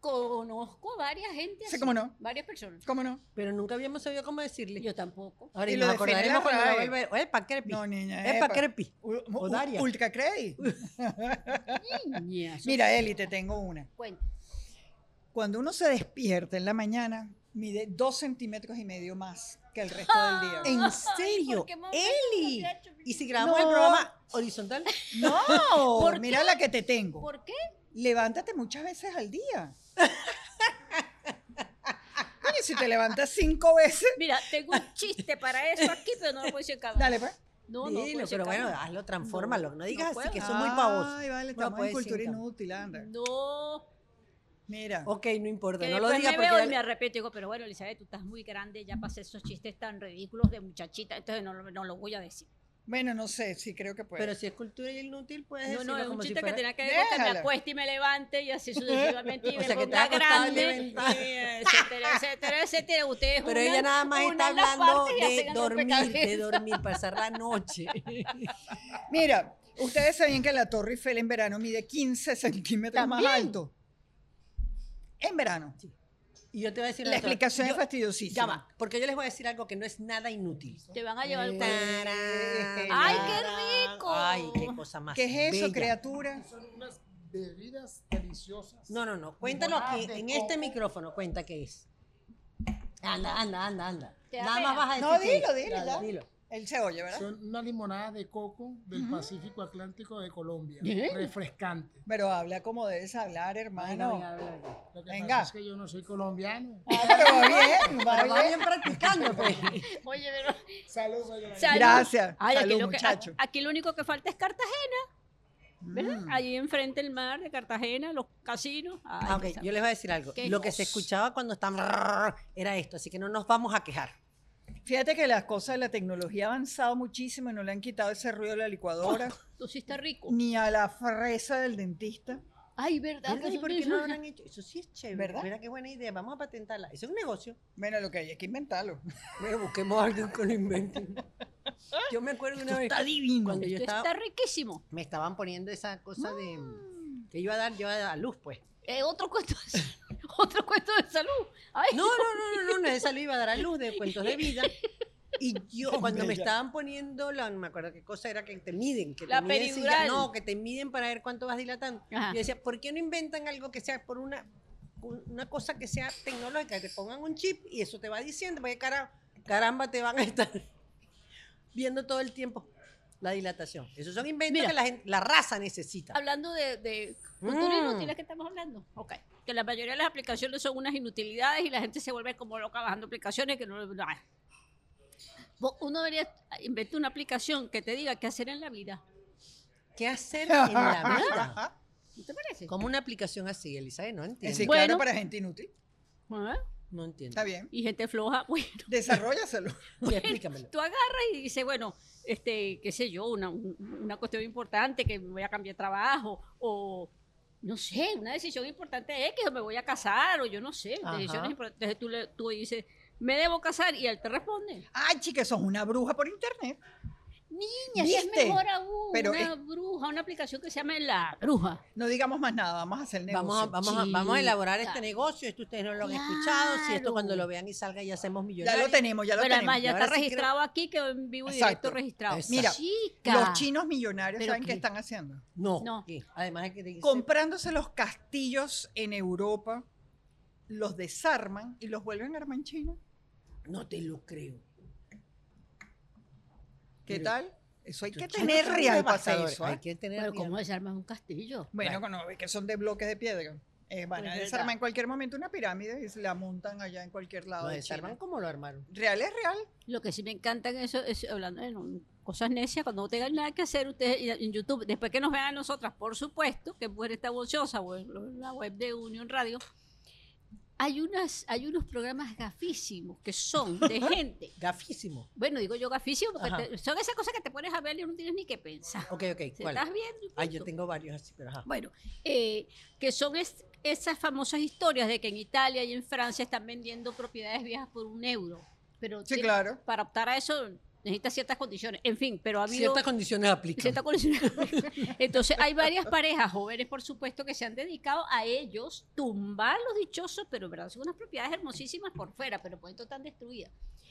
Speaker 1: conozco varias gente
Speaker 3: Sí,
Speaker 1: así,
Speaker 3: cómo no.
Speaker 1: varias personas.
Speaker 3: ¿Cómo no?
Speaker 2: Pero nunca habíamos sabido cómo decirle.
Speaker 1: Yo tampoco.
Speaker 2: Ahora,
Speaker 3: Y
Speaker 2: y
Speaker 3: lo
Speaker 2: nos
Speaker 3: define la
Speaker 2: acordaremos cuando la
Speaker 3: RAE.
Speaker 2: vuelva. Epa, crepi.
Speaker 3: No, niña.
Speaker 2: Epa,
Speaker 3: epa.
Speaker 2: crepi.
Speaker 3: U- u-
Speaker 2: O Daria.
Speaker 3: Ultra credi.
Speaker 1: Niña, eso-
Speaker 3: Mira, Eli, te tengo una.
Speaker 1: cuenta.
Speaker 3: Cuando uno se despierta en la mañana, mide dos centímetros y medio más que el resto del
Speaker 1: ¡Ah!
Speaker 3: día.
Speaker 2: ¿En serio?
Speaker 1: ¿por qué momento
Speaker 2: Eli.
Speaker 1: te has hecho,
Speaker 2: Y si grabamos el
Speaker 3: No.
Speaker 2: programa horizontal,
Speaker 3: No,
Speaker 1: ¿Por
Speaker 3: mira la que te tengo.
Speaker 1: ¿Por qué?
Speaker 3: Levántate muchas veces al día. Bueno, y si te levantas cinco veces,
Speaker 1: Mira, tengo un chiste para eso aquí, pero no lo puedo decir en cámara.
Speaker 3: dale, pues.
Speaker 1: No, no, lo puedo
Speaker 2: dilo,
Speaker 1: decir
Speaker 2: pero
Speaker 1: en
Speaker 2: bueno,
Speaker 1: cámara.
Speaker 2: hazlo, transfórmalo. No,
Speaker 1: no
Speaker 2: digas así
Speaker 1: puedo.
Speaker 2: que son muy pavosos.
Speaker 3: Ay, vale,
Speaker 2: No
Speaker 3: estamos en
Speaker 2: puedes
Speaker 3: cultura
Speaker 2: sin cam-
Speaker 3: inútil, anda.
Speaker 1: No,
Speaker 3: Mira.
Speaker 2: Ok, no importa,
Speaker 1: que
Speaker 2: no lo
Speaker 1: después
Speaker 2: digas
Speaker 1: me
Speaker 2: porque...
Speaker 1: veo y
Speaker 2: ya-
Speaker 1: me arrepiento. Digo, pero bueno, Elizabeth, tú estás muy grande ya para hacer esos chistes tan ridículos de muchachita. Entonces no, lo- no lo voy a decir.
Speaker 3: Bueno, no sé, sí creo que puede.
Speaker 2: Pero si es cultura inútil, puedes
Speaker 1: No,
Speaker 2: decirlo
Speaker 1: no, es un
Speaker 2: como si
Speaker 1: chiste que
Speaker 2: fuera-
Speaker 1: tenía que ver con que me
Speaker 3: Déjalo.
Speaker 1: acueste y me levante y así sucesivamente y
Speaker 2: O
Speaker 1: me
Speaker 2: sea, que te
Speaker 1: ponga
Speaker 2: has acostado y
Speaker 1: grande,
Speaker 2: levantado.
Speaker 1: y etcétera, etcétera, etcétera. Ustedes
Speaker 2: Pero
Speaker 1: unan-
Speaker 2: ella nada más está
Speaker 1: unan las
Speaker 2: hablando
Speaker 1: partes y hacen
Speaker 2: de
Speaker 1: el
Speaker 2: dormir, de
Speaker 1: rompecabezas.
Speaker 2: dormir, pasar la noche.
Speaker 3: Mira, ustedes sabían que la Torre Eiffel en verano mide 15 centímetros más
Speaker 1: También.
Speaker 3: alto. En verano.
Speaker 2: Y yo te voy a decir
Speaker 3: La
Speaker 2: una cosa,
Speaker 3: explicación
Speaker 2: yo-
Speaker 3: es fastidiosísima.
Speaker 2: Ya va, porque yo les voy a decir algo que no es nada inútil.
Speaker 1: Te van a llevar el cuerpo.
Speaker 2: Tarán,
Speaker 1: ¡Ay,
Speaker 2: tarán.
Speaker 1: qué rico!
Speaker 2: Ay, qué cosa más.
Speaker 3: ¿Qué es eso,
Speaker 2: bella.
Speaker 3: criatura?
Speaker 5: Son unas bebidas deliciosas.
Speaker 2: No, no, no. Cuéntanos
Speaker 5: Limonada
Speaker 2: que
Speaker 5: de
Speaker 2: en
Speaker 5: coco.
Speaker 2: este micrófono cuenta qué es. Anda, anda, anda, anda.
Speaker 1: ¿Te da
Speaker 2: Nada
Speaker 1: pena?
Speaker 2: más vas a decir.
Speaker 3: No,
Speaker 2: qué es.
Speaker 3: dilo, dilo,
Speaker 2: Dale,
Speaker 3: ya.
Speaker 2: dilo.
Speaker 3: Él se oye, ¿verdad?
Speaker 5: Son una limonada de coco del Pacífico Atlántico de Colombia.
Speaker 1: ¿Qué?
Speaker 5: Refrescante.
Speaker 3: Pero habla como debes hablar, hermano.
Speaker 2: Venga, venga, venga.
Speaker 5: Lo que
Speaker 3: Venga.
Speaker 5: pasa es que yo no soy colombiano.
Speaker 3: Ah, pero va bien, va
Speaker 2: Pero va
Speaker 3: bien.
Speaker 2: bien practicando, pues.
Speaker 1: Oye, pero...
Speaker 5: Saludos. señora.
Speaker 1: Salud.
Speaker 3: Gracias.
Speaker 1: Ay, aquí,
Speaker 3: Salud,
Speaker 1: lo que-
Speaker 3: muchacho. Mm.
Speaker 1: a- aquí lo único que falta es Cartagena. ¿Verdad? Allí enfrente del mar de Cartagena, los casinos. Ay,
Speaker 2: Ah, ok,
Speaker 1: qué sa-
Speaker 2: yo les voy a decir algo.
Speaker 1: Qué
Speaker 2: Lo que
Speaker 1: cosa.
Speaker 2: se escuchaba cuando estaban era esto, así que no nos vamos a quejar.
Speaker 3: Fíjate que las cosas de la tecnología ha avanzado muchísimo y no le han quitado ese ruido a la licuadora,
Speaker 1: Tú sí estás rico.
Speaker 3: ni a la fresa del dentista.
Speaker 1: Ay, ¿verdad?
Speaker 2: Mira, ¿y
Speaker 1: Eso
Speaker 2: por
Speaker 1: sí
Speaker 2: qué
Speaker 1: es-
Speaker 2: no lo habrán hecho? Eso sí es chévere.
Speaker 3: ¿Verdad?
Speaker 2: Mira qué buena idea. Vamos a patentarla. Eso es un negocio.
Speaker 3: Bueno, lo que hay es que inventarlo.
Speaker 2: Bueno, busquemos a alguien que lo invente. Yo me acuerdo una vez.
Speaker 3: Está divino.
Speaker 2: Cuando yo
Speaker 1: Esto
Speaker 2: estaba.
Speaker 1: está riquísimo.
Speaker 2: Me estaban poniendo esa cosa de. Que iba a dar, yo iba a dar a luz, pues.
Speaker 1: Eh, otro cuento de salud. otro cuento de salud. Ay,
Speaker 2: No, no, no, no, no, no, esa lo iba a dar a luz de cuentos de vida. Y yo,
Speaker 3: Hombre,
Speaker 2: cuando me
Speaker 3: ya.
Speaker 2: estaban poniendo, la, no me acuerdo qué cosa era que te miden, que
Speaker 1: La
Speaker 2: te miden si ya-
Speaker 1: peridural.
Speaker 2: no, que te miden para ver cuánto vas dilatando.
Speaker 1: Ajá.
Speaker 2: Yo decía, ¿por qué no inventan algo que sea por una, un- una cosa que sea tecnológica? Que te pongan un chip y eso te va diciendo, porque cara, caramba, te van a estar viendo todo el tiempo la dilatación. Esos son inventos
Speaker 1: Mira.
Speaker 2: que la, gente- la raza necesita.
Speaker 1: Hablando de, de cultura
Speaker 2: Mm.
Speaker 1: inútil, ¿es que estamos hablando? Ok. Que la mayoría de las aplicaciones son unas inutilidades y la gente se vuelve como loca bajando aplicaciones que no... no. Vos- Uno debería inventar una aplicación que te diga qué hacer en la vida.
Speaker 2: ¿Qué hacer en la vida?
Speaker 1: ¿No te parece?
Speaker 2: Como una aplicación así, Elizabeth, no entiendo.
Speaker 3: Sí,
Speaker 1: Bueno.
Speaker 3: claro, para gente inútil.
Speaker 1: Ah,
Speaker 2: No entiendo.
Speaker 3: Está bien.
Speaker 1: Y gente floja, bueno.
Speaker 3: Desarrollaselo.
Speaker 2: Sí, explícamelo.
Speaker 1: Tú agarras y dices, bueno, este, qué sé yo, una, un- una cuestión importante, que me voy a cambiar de trabajo, o no sé, una decisión importante X, o me voy a casar, o yo no sé,
Speaker 2: Ajá.
Speaker 1: decisiones importantes. Entonces tú, le, tú dices, me debo casar, y él te responde,
Speaker 3: Ay, chica, sos una bruja por internet.
Speaker 1: niña, si es
Speaker 3: ¿Viste?
Speaker 1: mejor aún,
Speaker 3: Pero
Speaker 1: una
Speaker 3: es-
Speaker 1: bruja, una aplicación que se llama La Bruja.
Speaker 3: No digamos más nada, vamos a hacer negocio.
Speaker 2: Vamos a, vamos, a, vamos a elaborar este
Speaker 1: chica.
Speaker 2: negocio. Esto ustedes no lo han escuchado. Si esto
Speaker 1: Claro.
Speaker 2: cuando lo vean y salga ya hacemos
Speaker 3: ya
Speaker 2: millonarios.
Speaker 3: lo tenemos, ya lo
Speaker 1: Pero
Speaker 3: tenemos.
Speaker 1: además ya
Speaker 2: Ahora
Speaker 1: está
Speaker 2: sí creo-
Speaker 1: registrado aquí, quedó en vivo y
Speaker 3: Exacto.
Speaker 1: directo registrado.
Speaker 2: Exacto.
Speaker 3: Mira,
Speaker 1: Chica.
Speaker 3: Los chinos millonarios
Speaker 1: Pero
Speaker 3: saben qué
Speaker 1: qué-
Speaker 3: están haciendo.
Speaker 2: No.
Speaker 1: No.
Speaker 2: ¿qué? Además hay que decir-
Speaker 3: Comprándose los castillos en Europa, los desarman y los vuelven a armar en China.
Speaker 2: No te lo creo.
Speaker 3: ¿Qué
Speaker 2: Pero-
Speaker 3: tal? Eso hay que
Speaker 2: Tú-
Speaker 3: tener
Speaker 2: tú- tú-
Speaker 3: real
Speaker 2: tú-
Speaker 3: para
Speaker 2: pasador,
Speaker 3: hacer eso. ¿ah?
Speaker 2: Hay que tener
Speaker 1: Pero
Speaker 2: real.
Speaker 1: ¿cómo desarmas un castillo?
Speaker 3: Bueno, cuando ves que son de bloques de piedra. eh, van
Speaker 1: Pues
Speaker 3: a
Speaker 1: es
Speaker 3: desarmar
Speaker 1: verdad.
Speaker 3: en cualquier momento una pirámide y se la montan allá en cualquier lado.
Speaker 2: Lo
Speaker 3: de
Speaker 2: desarman
Speaker 3: China.
Speaker 2: como lo armaron.
Speaker 3: Real es real.
Speaker 1: Lo que sí me encantan eso es hablando de no- cosas necias, cuando no tengan nada que hacer ustedes y- en YouTube, después que nos vean a nosotras, por supuesto, que Mujer está bolsosa, o en lo- en la web de Unión Radio, hay, unas, hay unos programas gafísimos que son de gente.
Speaker 2: Gafísimo.
Speaker 1: Bueno, digo yo gafísimo porque
Speaker 2: Ajá.
Speaker 1: te- son esas cosas que te pones a ver y no tienes ni que pensar.
Speaker 2: Ok, ok.
Speaker 1: Se
Speaker 2: ¿Cuál?
Speaker 1: estás viendo. y
Speaker 2: Ay,
Speaker 1: punto.
Speaker 2: yo tengo varios así, pero ajá.
Speaker 1: Bueno, eh, que son es- esas famosas historias de que en Italia y en Francia están vendiendo propiedades viejas por un euro. Pero
Speaker 3: Sí,
Speaker 1: tiene-
Speaker 3: claro.
Speaker 1: para optar a eso necesitas ciertas condiciones. En fin, pero ha habido
Speaker 2: Ciertas condiciones aplican.
Speaker 1: ciertas condiciones. Entonces hay varias parejas jóvenes, por supuesto, que se han dedicado a ellos tumbar los dichosos, pero en verdad son unas propiedades hermosísimas por fuera, pero por dentro están destruidas.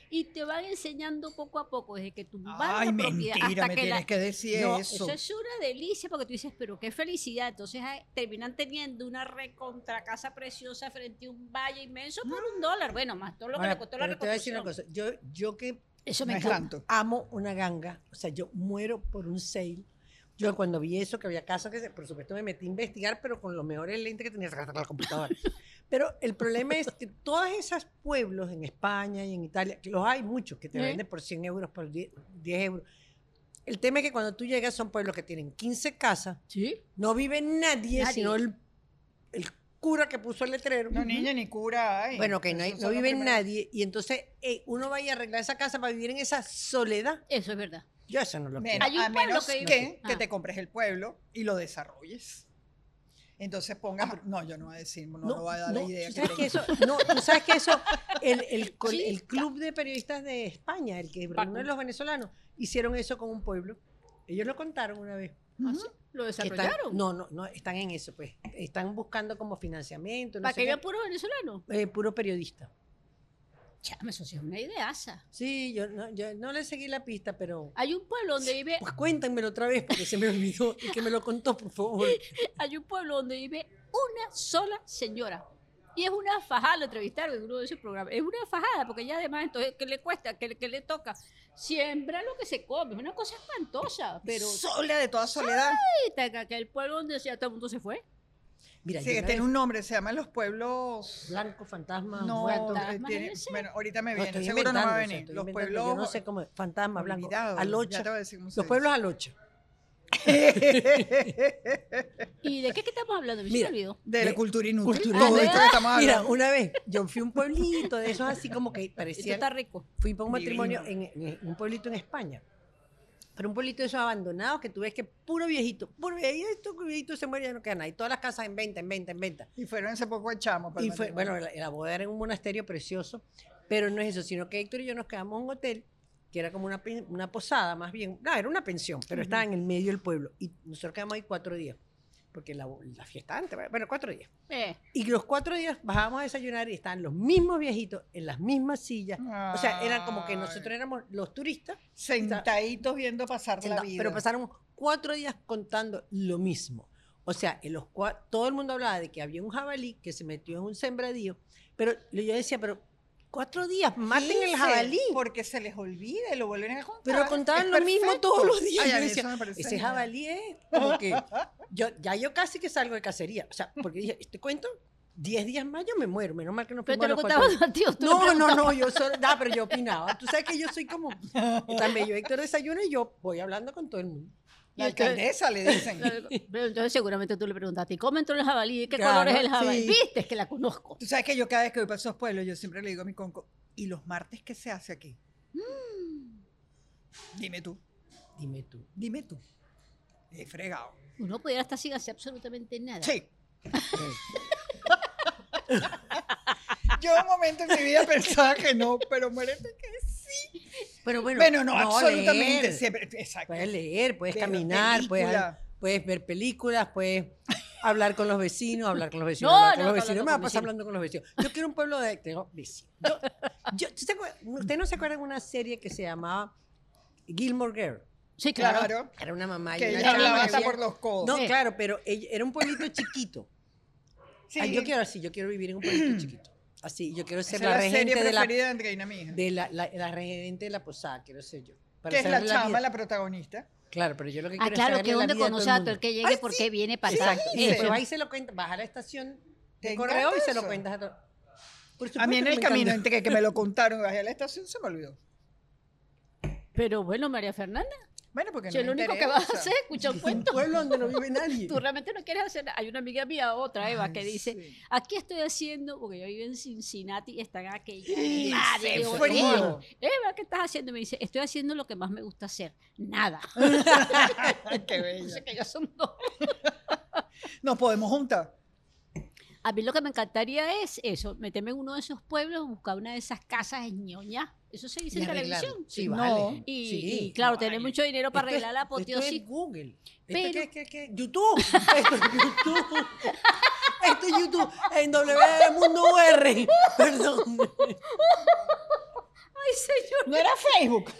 Speaker 1: Y te van enseñando poco a poco, desde que tumbar
Speaker 3: Ay,
Speaker 1: la propiedad
Speaker 3: mentira,
Speaker 1: hasta
Speaker 3: me
Speaker 1: que la,
Speaker 3: tienes que decir
Speaker 1: no,
Speaker 3: eso.
Speaker 1: eso es una delicia porque tú dices, pero qué felicidad. Entonces ah, terminan teniendo una recontra casa preciosa frente a un valle inmenso por un dólar. Bueno, más todo lo que
Speaker 2: Ahora,
Speaker 1: le costó la
Speaker 2: pero te voy a decir una
Speaker 1: reconstrucción.
Speaker 2: cosa. Yo, yo que
Speaker 1: Eso
Speaker 3: No
Speaker 1: me
Speaker 3: es
Speaker 1: encanta.
Speaker 3: tanto.
Speaker 2: amo una ganga, o sea, yo muero por un sale. Yo cuando vi eso, que había casas que, se- por supuesto, me metí a investigar, pero con los mejores lentes que tenía sacar la computadora. Pero el problema es que todos esos pueblos en España y en Italia, que los hay muchos, que te
Speaker 1: Sí.
Speaker 2: venden por 100 euros, por 10, 10 euros. El tema es que cuando tú llegas son pueblos que tienen 15 casas,
Speaker 1: Sí.
Speaker 2: no vive nadie,
Speaker 1: Nadie.
Speaker 2: sino el, el cura que puso el letrero.
Speaker 3: No, niña, ni cura. ay.
Speaker 2: Bueno, que no, hay-
Speaker 3: Esos
Speaker 2: no
Speaker 3: son los
Speaker 2: vive
Speaker 3: primeros-
Speaker 2: nadie. Y entonces eh, uno va a ir a arreglar esa casa para vivir en esa soledad.
Speaker 1: Eso es verdad.
Speaker 2: Yo eso no lo
Speaker 3: Bueno,
Speaker 1: Hay un
Speaker 3: a
Speaker 1: pueblo
Speaker 3: menos
Speaker 1: que
Speaker 3: que,
Speaker 1: vive-
Speaker 3: que
Speaker 1: Ah.
Speaker 3: te compres el pueblo y lo desarrolles. Entonces pongas. no, yo no voy a decir, no, no voy a dar la
Speaker 2: Ah, no,
Speaker 3: idea.
Speaker 2: ¿tú
Speaker 3: que
Speaker 2: sabes que
Speaker 3: tengo.
Speaker 2: eso, no, tú sabes que eso, el, el, col- el
Speaker 1: Chica.
Speaker 2: club de periodistas de España, el que reúne a los venezolanos, hicieron eso con un pueblo. Ellos lo contaron una vez.
Speaker 1: Ah, Lo
Speaker 2: Que están-
Speaker 1: desarrollaron.
Speaker 2: no, no, no, están en eso, pues. Están buscando como financiamiento, no
Speaker 1: Para
Speaker 2: sé
Speaker 1: que
Speaker 2: qué.
Speaker 1: vean puro venezolano.
Speaker 2: Eh, puro periodista.
Speaker 1: Chame, eso sí es una ideaza.
Speaker 2: Sí, yo no, yo no le seguí la pista, pero.
Speaker 1: Hay un pueblo donde vive,
Speaker 2: Pues cuéntamelo otra vez, porque se me olvidó y que me lo contó, por favor.
Speaker 1: hay un pueblo donde vive una sola señora. Y es una fajada, lo entrevistaron en uno de sus programas. Es una fajada, porque ella además, entonces, ¿qué le cuesta? ¿Qué, qué le toca? Siembra lo que se come. Es una cosa espantosa, pero
Speaker 3: Sola de toda soledad.
Speaker 2: Ah,
Speaker 1: que aquel pueblo donde ya todo el mundo se fue.
Speaker 2: Mira,
Speaker 3: Sí,
Speaker 2: yo
Speaker 3: que
Speaker 2: una
Speaker 3: tiene
Speaker 2: vez- Ah,
Speaker 3: un nombre, se llaman los pueblos.
Speaker 2: Blanco, fantasma,
Speaker 3: No,
Speaker 2: muerto.
Speaker 1: Fantasma,
Speaker 3: eh, tiene-
Speaker 1: yo sé.
Speaker 3: bueno, ahorita me
Speaker 2: No,
Speaker 3: viene,
Speaker 2: estoy
Speaker 3: seguro no va a
Speaker 2: inventando, o sea,
Speaker 3: venir.
Speaker 2: estoy
Speaker 3: Los
Speaker 2: inventando,
Speaker 3: pueblos
Speaker 2: Yo no sé cómo. Fantasma, blanco.
Speaker 3: olvidados,
Speaker 2: Alocha.
Speaker 3: ya te voy a decir cómo se
Speaker 2: Los pueblos
Speaker 3: dice.
Speaker 2: alocha.
Speaker 1: ¿Y de qué, que estamos hablando? Me se me
Speaker 2: Mira,
Speaker 1: olvidó.
Speaker 3: de la
Speaker 2: de-
Speaker 3: cultura inútil.
Speaker 2: Cultura
Speaker 3: Todo
Speaker 2: inútil.
Speaker 3: esto que estamos
Speaker 2: Mira,
Speaker 3: hablando.
Speaker 2: una vez yo fui a un pueblito de esos así como que
Speaker 1: Esto
Speaker 2: parecía.
Speaker 1: está rico.
Speaker 2: Fui para un matrimonio en,
Speaker 3: Divino.
Speaker 2: en un pueblito en España. Pero un pueblito de esos abandonados que tú ves que puro viejito, puro viejito, puro viejito se muere y ya no queda nada. Y todas las casas en venta, en venta, en venta.
Speaker 3: Y fueron ese poco de chamo. para el
Speaker 2: Y fue,
Speaker 3: matrimonio.
Speaker 2: bueno, la, la boda era en un monasterio precioso, pero no es eso, sino que Héctor y yo nos quedamos en un hotel que era como una, pen- una posada, más bien, no, era una pensión, pero estaba en el medio del pueblo. Y nosotros quedamos ahí cuatro días, porque la, bo- la fiesta antes, bueno, cuatro días.
Speaker 1: Eh,
Speaker 2: Y los cuatro días bajábamos a desayunar y estaban los mismos viejitos en las mismas sillas. O sea, eran como que nosotros
Speaker 3: Ay.
Speaker 2: éramos los turistas,
Speaker 3: Sentaditos viendo pasar la
Speaker 2: sentados,
Speaker 3: vida.
Speaker 2: pero pasaron cuatro días contando lo mismo. O sea, en los cua- todo el mundo hablaba de que había un jabalí que se metió en un sembradío, pero yo decía, pero cuatro días, maten el
Speaker 3: Dice,
Speaker 2: jabalí.
Speaker 3: Porque se les olvida y lo vuelven a contar.
Speaker 2: Pero contaban
Speaker 3: Es
Speaker 2: lo mismo
Speaker 3: perfecto.
Speaker 2: todos los días.
Speaker 3: Ay,
Speaker 2: Yo
Speaker 3: a mí
Speaker 2: decía,
Speaker 3: eso me parece
Speaker 2: Ese
Speaker 3: genial.
Speaker 2: jabalí es como que yo, ya yo casi que salgo de cacería. O sea, porque dije, este cuento, diez días más yo me muero, menos mal que no
Speaker 1: pero te lo
Speaker 2: fuimos a los cuatro
Speaker 1: contaba
Speaker 2: días.
Speaker 1: a ti. o tú le
Speaker 2: No, no,
Speaker 1: preguntabas.
Speaker 2: no, yo solo, da, pero yo opinaba. Tú sabes que yo soy como tan bello. Héctor desayuno y yo voy hablando con todo el mundo.
Speaker 3: La
Speaker 1: Y entonces-
Speaker 3: alcaldesa le dicen.
Speaker 1: Pero entonces seguramente tú le preguntaste, ¿y cómo entró el jabalí? ¿De qué
Speaker 3: Claro,
Speaker 1: color es el jabalí?
Speaker 3: sí.
Speaker 1: Viste, es que la conozco.
Speaker 3: Tú sabes que yo cada vez que voy para esos pueblos, yo siempre le digo a mi conco, ¿y los martes qué se hace aquí? Dime tú,
Speaker 2: Dime tú.
Speaker 3: dime tú. He fregado.
Speaker 1: Uno pudiera estar sin hacer absolutamente nada.
Speaker 3: Sí. Yo un momento en mi vida pensaba que no, pero muérete que sí.
Speaker 2: Pero bueno,
Speaker 3: Bueno, no, absolutamente.
Speaker 2: leer.
Speaker 3: siempre- exacto.
Speaker 2: Puedes leer, puedes
Speaker 3: Pero
Speaker 2: caminar, puedes,
Speaker 3: película.
Speaker 2: puedes ver películas, puedes hablar con los vecinos, hablar con los vecinos,
Speaker 1: No,
Speaker 2: hablar con
Speaker 1: no,
Speaker 2: los
Speaker 1: no,
Speaker 2: vecinos.
Speaker 1: no,
Speaker 2: Me
Speaker 1: con
Speaker 2: va a pasar
Speaker 1: vecinos.
Speaker 2: hablando con los vecinos. Yo quiero un pueblo de... Tengo vecinos. Yo- yo- ¿tú te acuerdas- ¿Ustedes no se acuerdan de una serie que se llamaba Gilmore Girl?
Speaker 1: Sí, claro.
Speaker 3: Claro.
Speaker 2: Era una mamá y
Speaker 3: Que
Speaker 2: una
Speaker 3: ella
Speaker 2: chama,
Speaker 3: hablaba hasta
Speaker 2: había-
Speaker 3: por los codos.
Speaker 2: No,
Speaker 1: Sí.
Speaker 2: claro, pero ella- era un pueblito chiquito.
Speaker 3: Sí.
Speaker 2: Ah, yo quiero así, yo quiero vivir en un pueblito chiquito. Así, yo quiero
Speaker 3: Esa
Speaker 2: ser
Speaker 3: es
Speaker 2: la,
Speaker 3: la
Speaker 2: regente
Speaker 3: serie
Speaker 2: de la,
Speaker 3: preferida de Andreina, mi hija.
Speaker 2: de la, la- la regente de la posada, quiero ser yo. para
Speaker 3: Que es la
Speaker 2: saberle vida.
Speaker 3: chama, la protagonista.
Speaker 2: Claro, pero yo lo que
Speaker 1: Ah,
Speaker 2: quiero es
Speaker 1: claro,
Speaker 2: saberle
Speaker 1: que
Speaker 2: la
Speaker 1: donde
Speaker 2: vida a
Speaker 1: conoce a todo el
Speaker 2: mundo.
Speaker 1: que llegue, por qué viene para acá. Eh,
Speaker 2: Exacto.
Speaker 3: Sí,
Speaker 2: Y después
Speaker 1: Eso.
Speaker 2: ahí se lo cuenta, vas a la estación
Speaker 3: ¿Te
Speaker 2: de correo
Speaker 3: encanta
Speaker 2: y se lo
Speaker 3: eso?
Speaker 2: cuentas a todo. Por
Speaker 3: A mí en el
Speaker 2: supuesto que me
Speaker 3: camino
Speaker 2: encanta.
Speaker 3: entre que me lo contaron y bajé a la estación se me olvidó.
Speaker 1: Pero bueno, María Fernanda,
Speaker 3: Bueno, porque no
Speaker 1: si
Speaker 3: me
Speaker 1: lo único que
Speaker 3: interesa.
Speaker 1: vas a hacer es escuchar un
Speaker 2: Un
Speaker 1: cuento.
Speaker 2: pueblo donde no vive nadie.
Speaker 1: Tú realmente no quieres hacer. Hay una amiga mía, otra Eva,
Speaker 3: Ay,
Speaker 1: que dice:
Speaker 3: sí.
Speaker 1: Aquí estoy haciendo, porque yo vivo en Cincinnati, están aquí.
Speaker 3: Sí,
Speaker 1: Madre,
Speaker 3: sí,
Speaker 1: digo,
Speaker 3: frío.
Speaker 1: Eva, ¿qué estás haciendo? Me dice: Estoy haciendo lo que más me gusta hacer. Nada.
Speaker 3: Qué
Speaker 1: Entonces,
Speaker 3: bella.
Speaker 1: que ya son dos.
Speaker 3: Nos podemos juntar.
Speaker 1: A mí lo que me encantaría es eso: meterme en uno de esos pueblos, buscar una de esas casas ñoñas. Eso se dice
Speaker 2: Y
Speaker 1: en
Speaker 2: arreglar.
Speaker 1: televisión.
Speaker 2: Sí,
Speaker 1: No.
Speaker 2: vale.
Speaker 1: Y,
Speaker 2: Sí,
Speaker 1: y claro,
Speaker 2: vale.
Speaker 1: tener mucho dinero para
Speaker 2: Esto es-
Speaker 1: arreglar la
Speaker 2: Esto
Speaker 1: apoteosis.
Speaker 2: es Google. Esto
Speaker 1: Pero-
Speaker 2: que- que- que- YouTube. Esto es YouTube. Esto es YouTube en W Mundo UR. Perdón.
Speaker 1: Ay, señor,
Speaker 3: No era Facebook.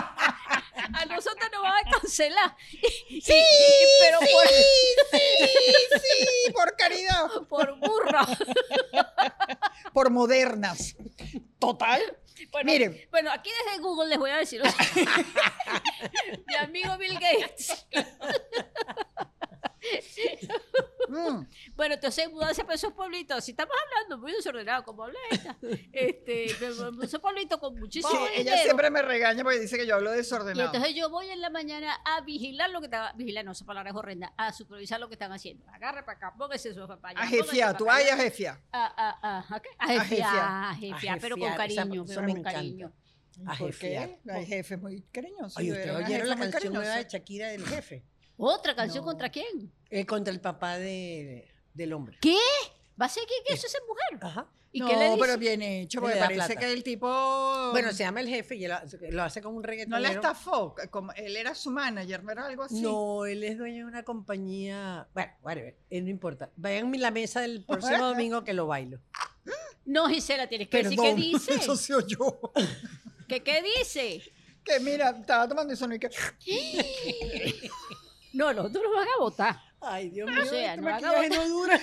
Speaker 1: a nosotros nos van a cancelar. Sí,
Speaker 3: pero por... sí, sí, por caridad,
Speaker 1: por burra.
Speaker 3: por modernas. Total.
Speaker 1: Bueno,
Speaker 3: Miren,
Speaker 1: Bueno, aquí desde Google les voy a decir. o sea, mi amigo Bill Gates.
Speaker 3: mm,
Speaker 1: Bueno, entonces mudarse para esos pueblitos. Si estamos hablando muy desordenado, como habla esta. Este, pero esos pueblitos con muchísimo
Speaker 3: sí, ella
Speaker 1: dinero.
Speaker 3: siempre me regaña porque dice que yo hablo
Speaker 1: Y
Speaker 3: desordenado.
Speaker 1: entonces yo voy en la mañana a vigilar lo que están vigilar, no, esa palabra es horrenda, a supervisar lo que están haciendo. Agarre para acá, póngase su papá.
Speaker 3: a jefiar, tú ay, a jefiar.
Speaker 1: Ah, ah, ah, ¿a qué? A
Speaker 3: A
Speaker 1: jefiar,
Speaker 3: jefiar.
Speaker 1: a jefiar, pero con
Speaker 2: Ajefiar, esa-
Speaker 1: cariño,
Speaker 2: eso
Speaker 1: pero
Speaker 2: me
Speaker 1: con
Speaker 2: encanta.
Speaker 1: cariño.
Speaker 2: A
Speaker 3: ¿Por qué?
Speaker 2: jefiar.
Speaker 3: Hay jefes muy cariñosos.
Speaker 2: Oye,
Speaker 3: Yo
Speaker 2: ¿ustedes
Speaker 3: era una
Speaker 2: oyeron la
Speaker 3: jefa muy
Speaker 2: canción nueva de
Speaker 3: cariñosa.
Speaker 2: Shakira del jefe?
Speaker 1: ¿Otra canción
Speaker 3: No.
Speaker 1: contra quién?
Speaker 2: Eh, contra el papá de, del hombre.
Speaker 1: ¿Qué? ¿Va a ser que, que eso es ser mujer?
Speaker 2: Ajá.
Speaker 1: ¿Y
Speaker 3: Eh. no,
Speaker 1: qué le dice?
Speaker 3: pero bien hecho,
Speaker 2: Que
Speaker 3: porque
Speaker 2: le da
Speaker 3: parece
Speaker 2: plata.
Speaker 3: que el tipo
Speaker 2: Bueno, se llama el jefe y él ha- lo hace con un reggaetón.
Speaker 3: no la estafó. como- él era su manager, no era algo así.
Speaker 2: No, él es dueño de una compañía. Bueno, whatever, él no importa. Vayan a la mesa del próximo domingo que lo bailo.
Speaker 1: No, Gisela, tienes que
Speaker 3: Perdón,
Speaker 1: decir qué dice.
Speaker 3: eso sí yo.
Speaker 1: ¿Qué, qué dice?
Speaker 3: Que mira, estaba tomando eso y que...
Speaker 1: No, los otros los van a votar.
Speaker 2: Ay, Dios
Speaker 1: O
Speaker 2: mío,
Speaker 1: sea,
Speaker 2: este
Speaker 1: no
Speaker 2: maquillaje
Speaker 1: haga
Speaker 2: no dura.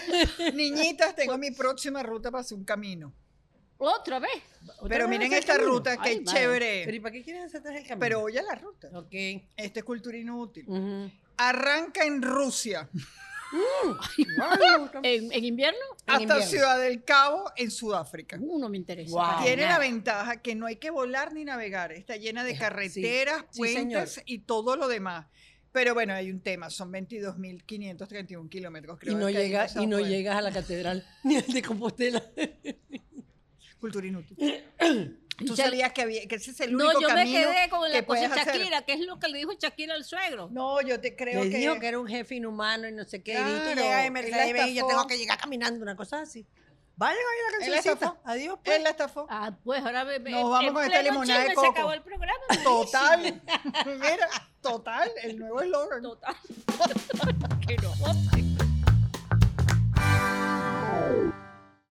Speaker 3: Niñitas, tengo mi próxima ruta para hacer un camino.
Speaker 1: ¿Otra vez? ¿Otra
Speaker 3: Pero
Speaker 2: Ah,
Speaker 1: vez
Speaker 3: miren
Speaker 1: hacer
Speaker 3: esta
Speaker 1: camino?
Speaker 3: ruta, que
Speaker 1: Ay,
Speaker 3: es
Speaker 1: madre.
Speaker 2: Pero ¿y
Speaker 3: chévere.
Speaker 2: para qué quieres hacer atrás el camino?
Speaker 3: Pero oye la ruta.
Speaker 2: Ok.
Speaker 3: Esta es cultura inútil.
Speaker 2: Ujú.
Speaker 3: Arranca en Rusia,
Speaker 2: Wow, está-
Speaker 1: ¿En, en invierno?
Speaker 2: En
Speaker 3: hasta
Speaker 2: invierno.
Speaker 3: Ciudad del Cabo, en Sudáfrica.
Speaker 1: Uh, no me interesa.
Speaker 2: Guau.
Speaker 1: para
Speaker 3: Tiene la
Speaker 1: nada.
Speaker 3: ventaja que no hay que volar ni navegar. Está llena de
Speaker 2: Eh, Sí,
Speaker 3: carreteras,
Speaker 2: sí,
Speaker 3: puentes
Speaker 2: señor.
Speaker 3: y todo lo demás. Pero bueno, hay un tema, son 22.531 kilómetros, creo.
Speaker 2: y no,
Speaker 3: que hay
Speaker 2: llega,
Speaker 3: en
Speaker 2: y no
Speaker 3: Sao Paulo.
Speaker 2: llegas a la catedral ni al de Compostela.
Speaker 3: Cultura inútil. Tú
Speaker 1: Ya-
Speaker 3: sabías que, había, que ese es el único
Speaker 1: No, yo me
Speaker 3: camino
Speaker 1: quedé con
Speaker 3: que
Speaker 1: la cosa
Speaker 3: puedes
Speaker 1: de
Speaker 3: hacer.
Speaker 1: Shakira, que es lo que le dijo Shakira al suegro.
Speaker 3: No, yo te creo
Speaker 2: Le
Speaker 3: que...
Speaker 2: dijo que era un jefe inhumano y no sé qué. y tú
Speaker 3: Claro,
Speaker 2: llegas de
Speaker 3: él la
Speaker 2: Mercedes Benz y yo
Speaker 3: estafó.
Speaker 2: tengo que llegar caminando, una cosa así. Vale, vale
Speaker 3: Él
Speaker 2: la
Speaker 3: la
Speaker 2: cancioncita.
Speaker 3: estafó.
Speaker 2: Adiós, pues.
Speaker 3: Él la estafó.
Speaker 1: Ah, pues ahora me, me-
Speaker 3: Nos vamos
Speaker 1: en
Speaker 3: con esta
Speaker 1: pleno
Speaker 3: limonada de
Speaker 1: chisme
Speaker 3: coco.
Speaker 1: Se acabó el programa.
Speaker 3: Total. Mira, total, el nuevo eslogan.
Speaker 1: Total. que no voten.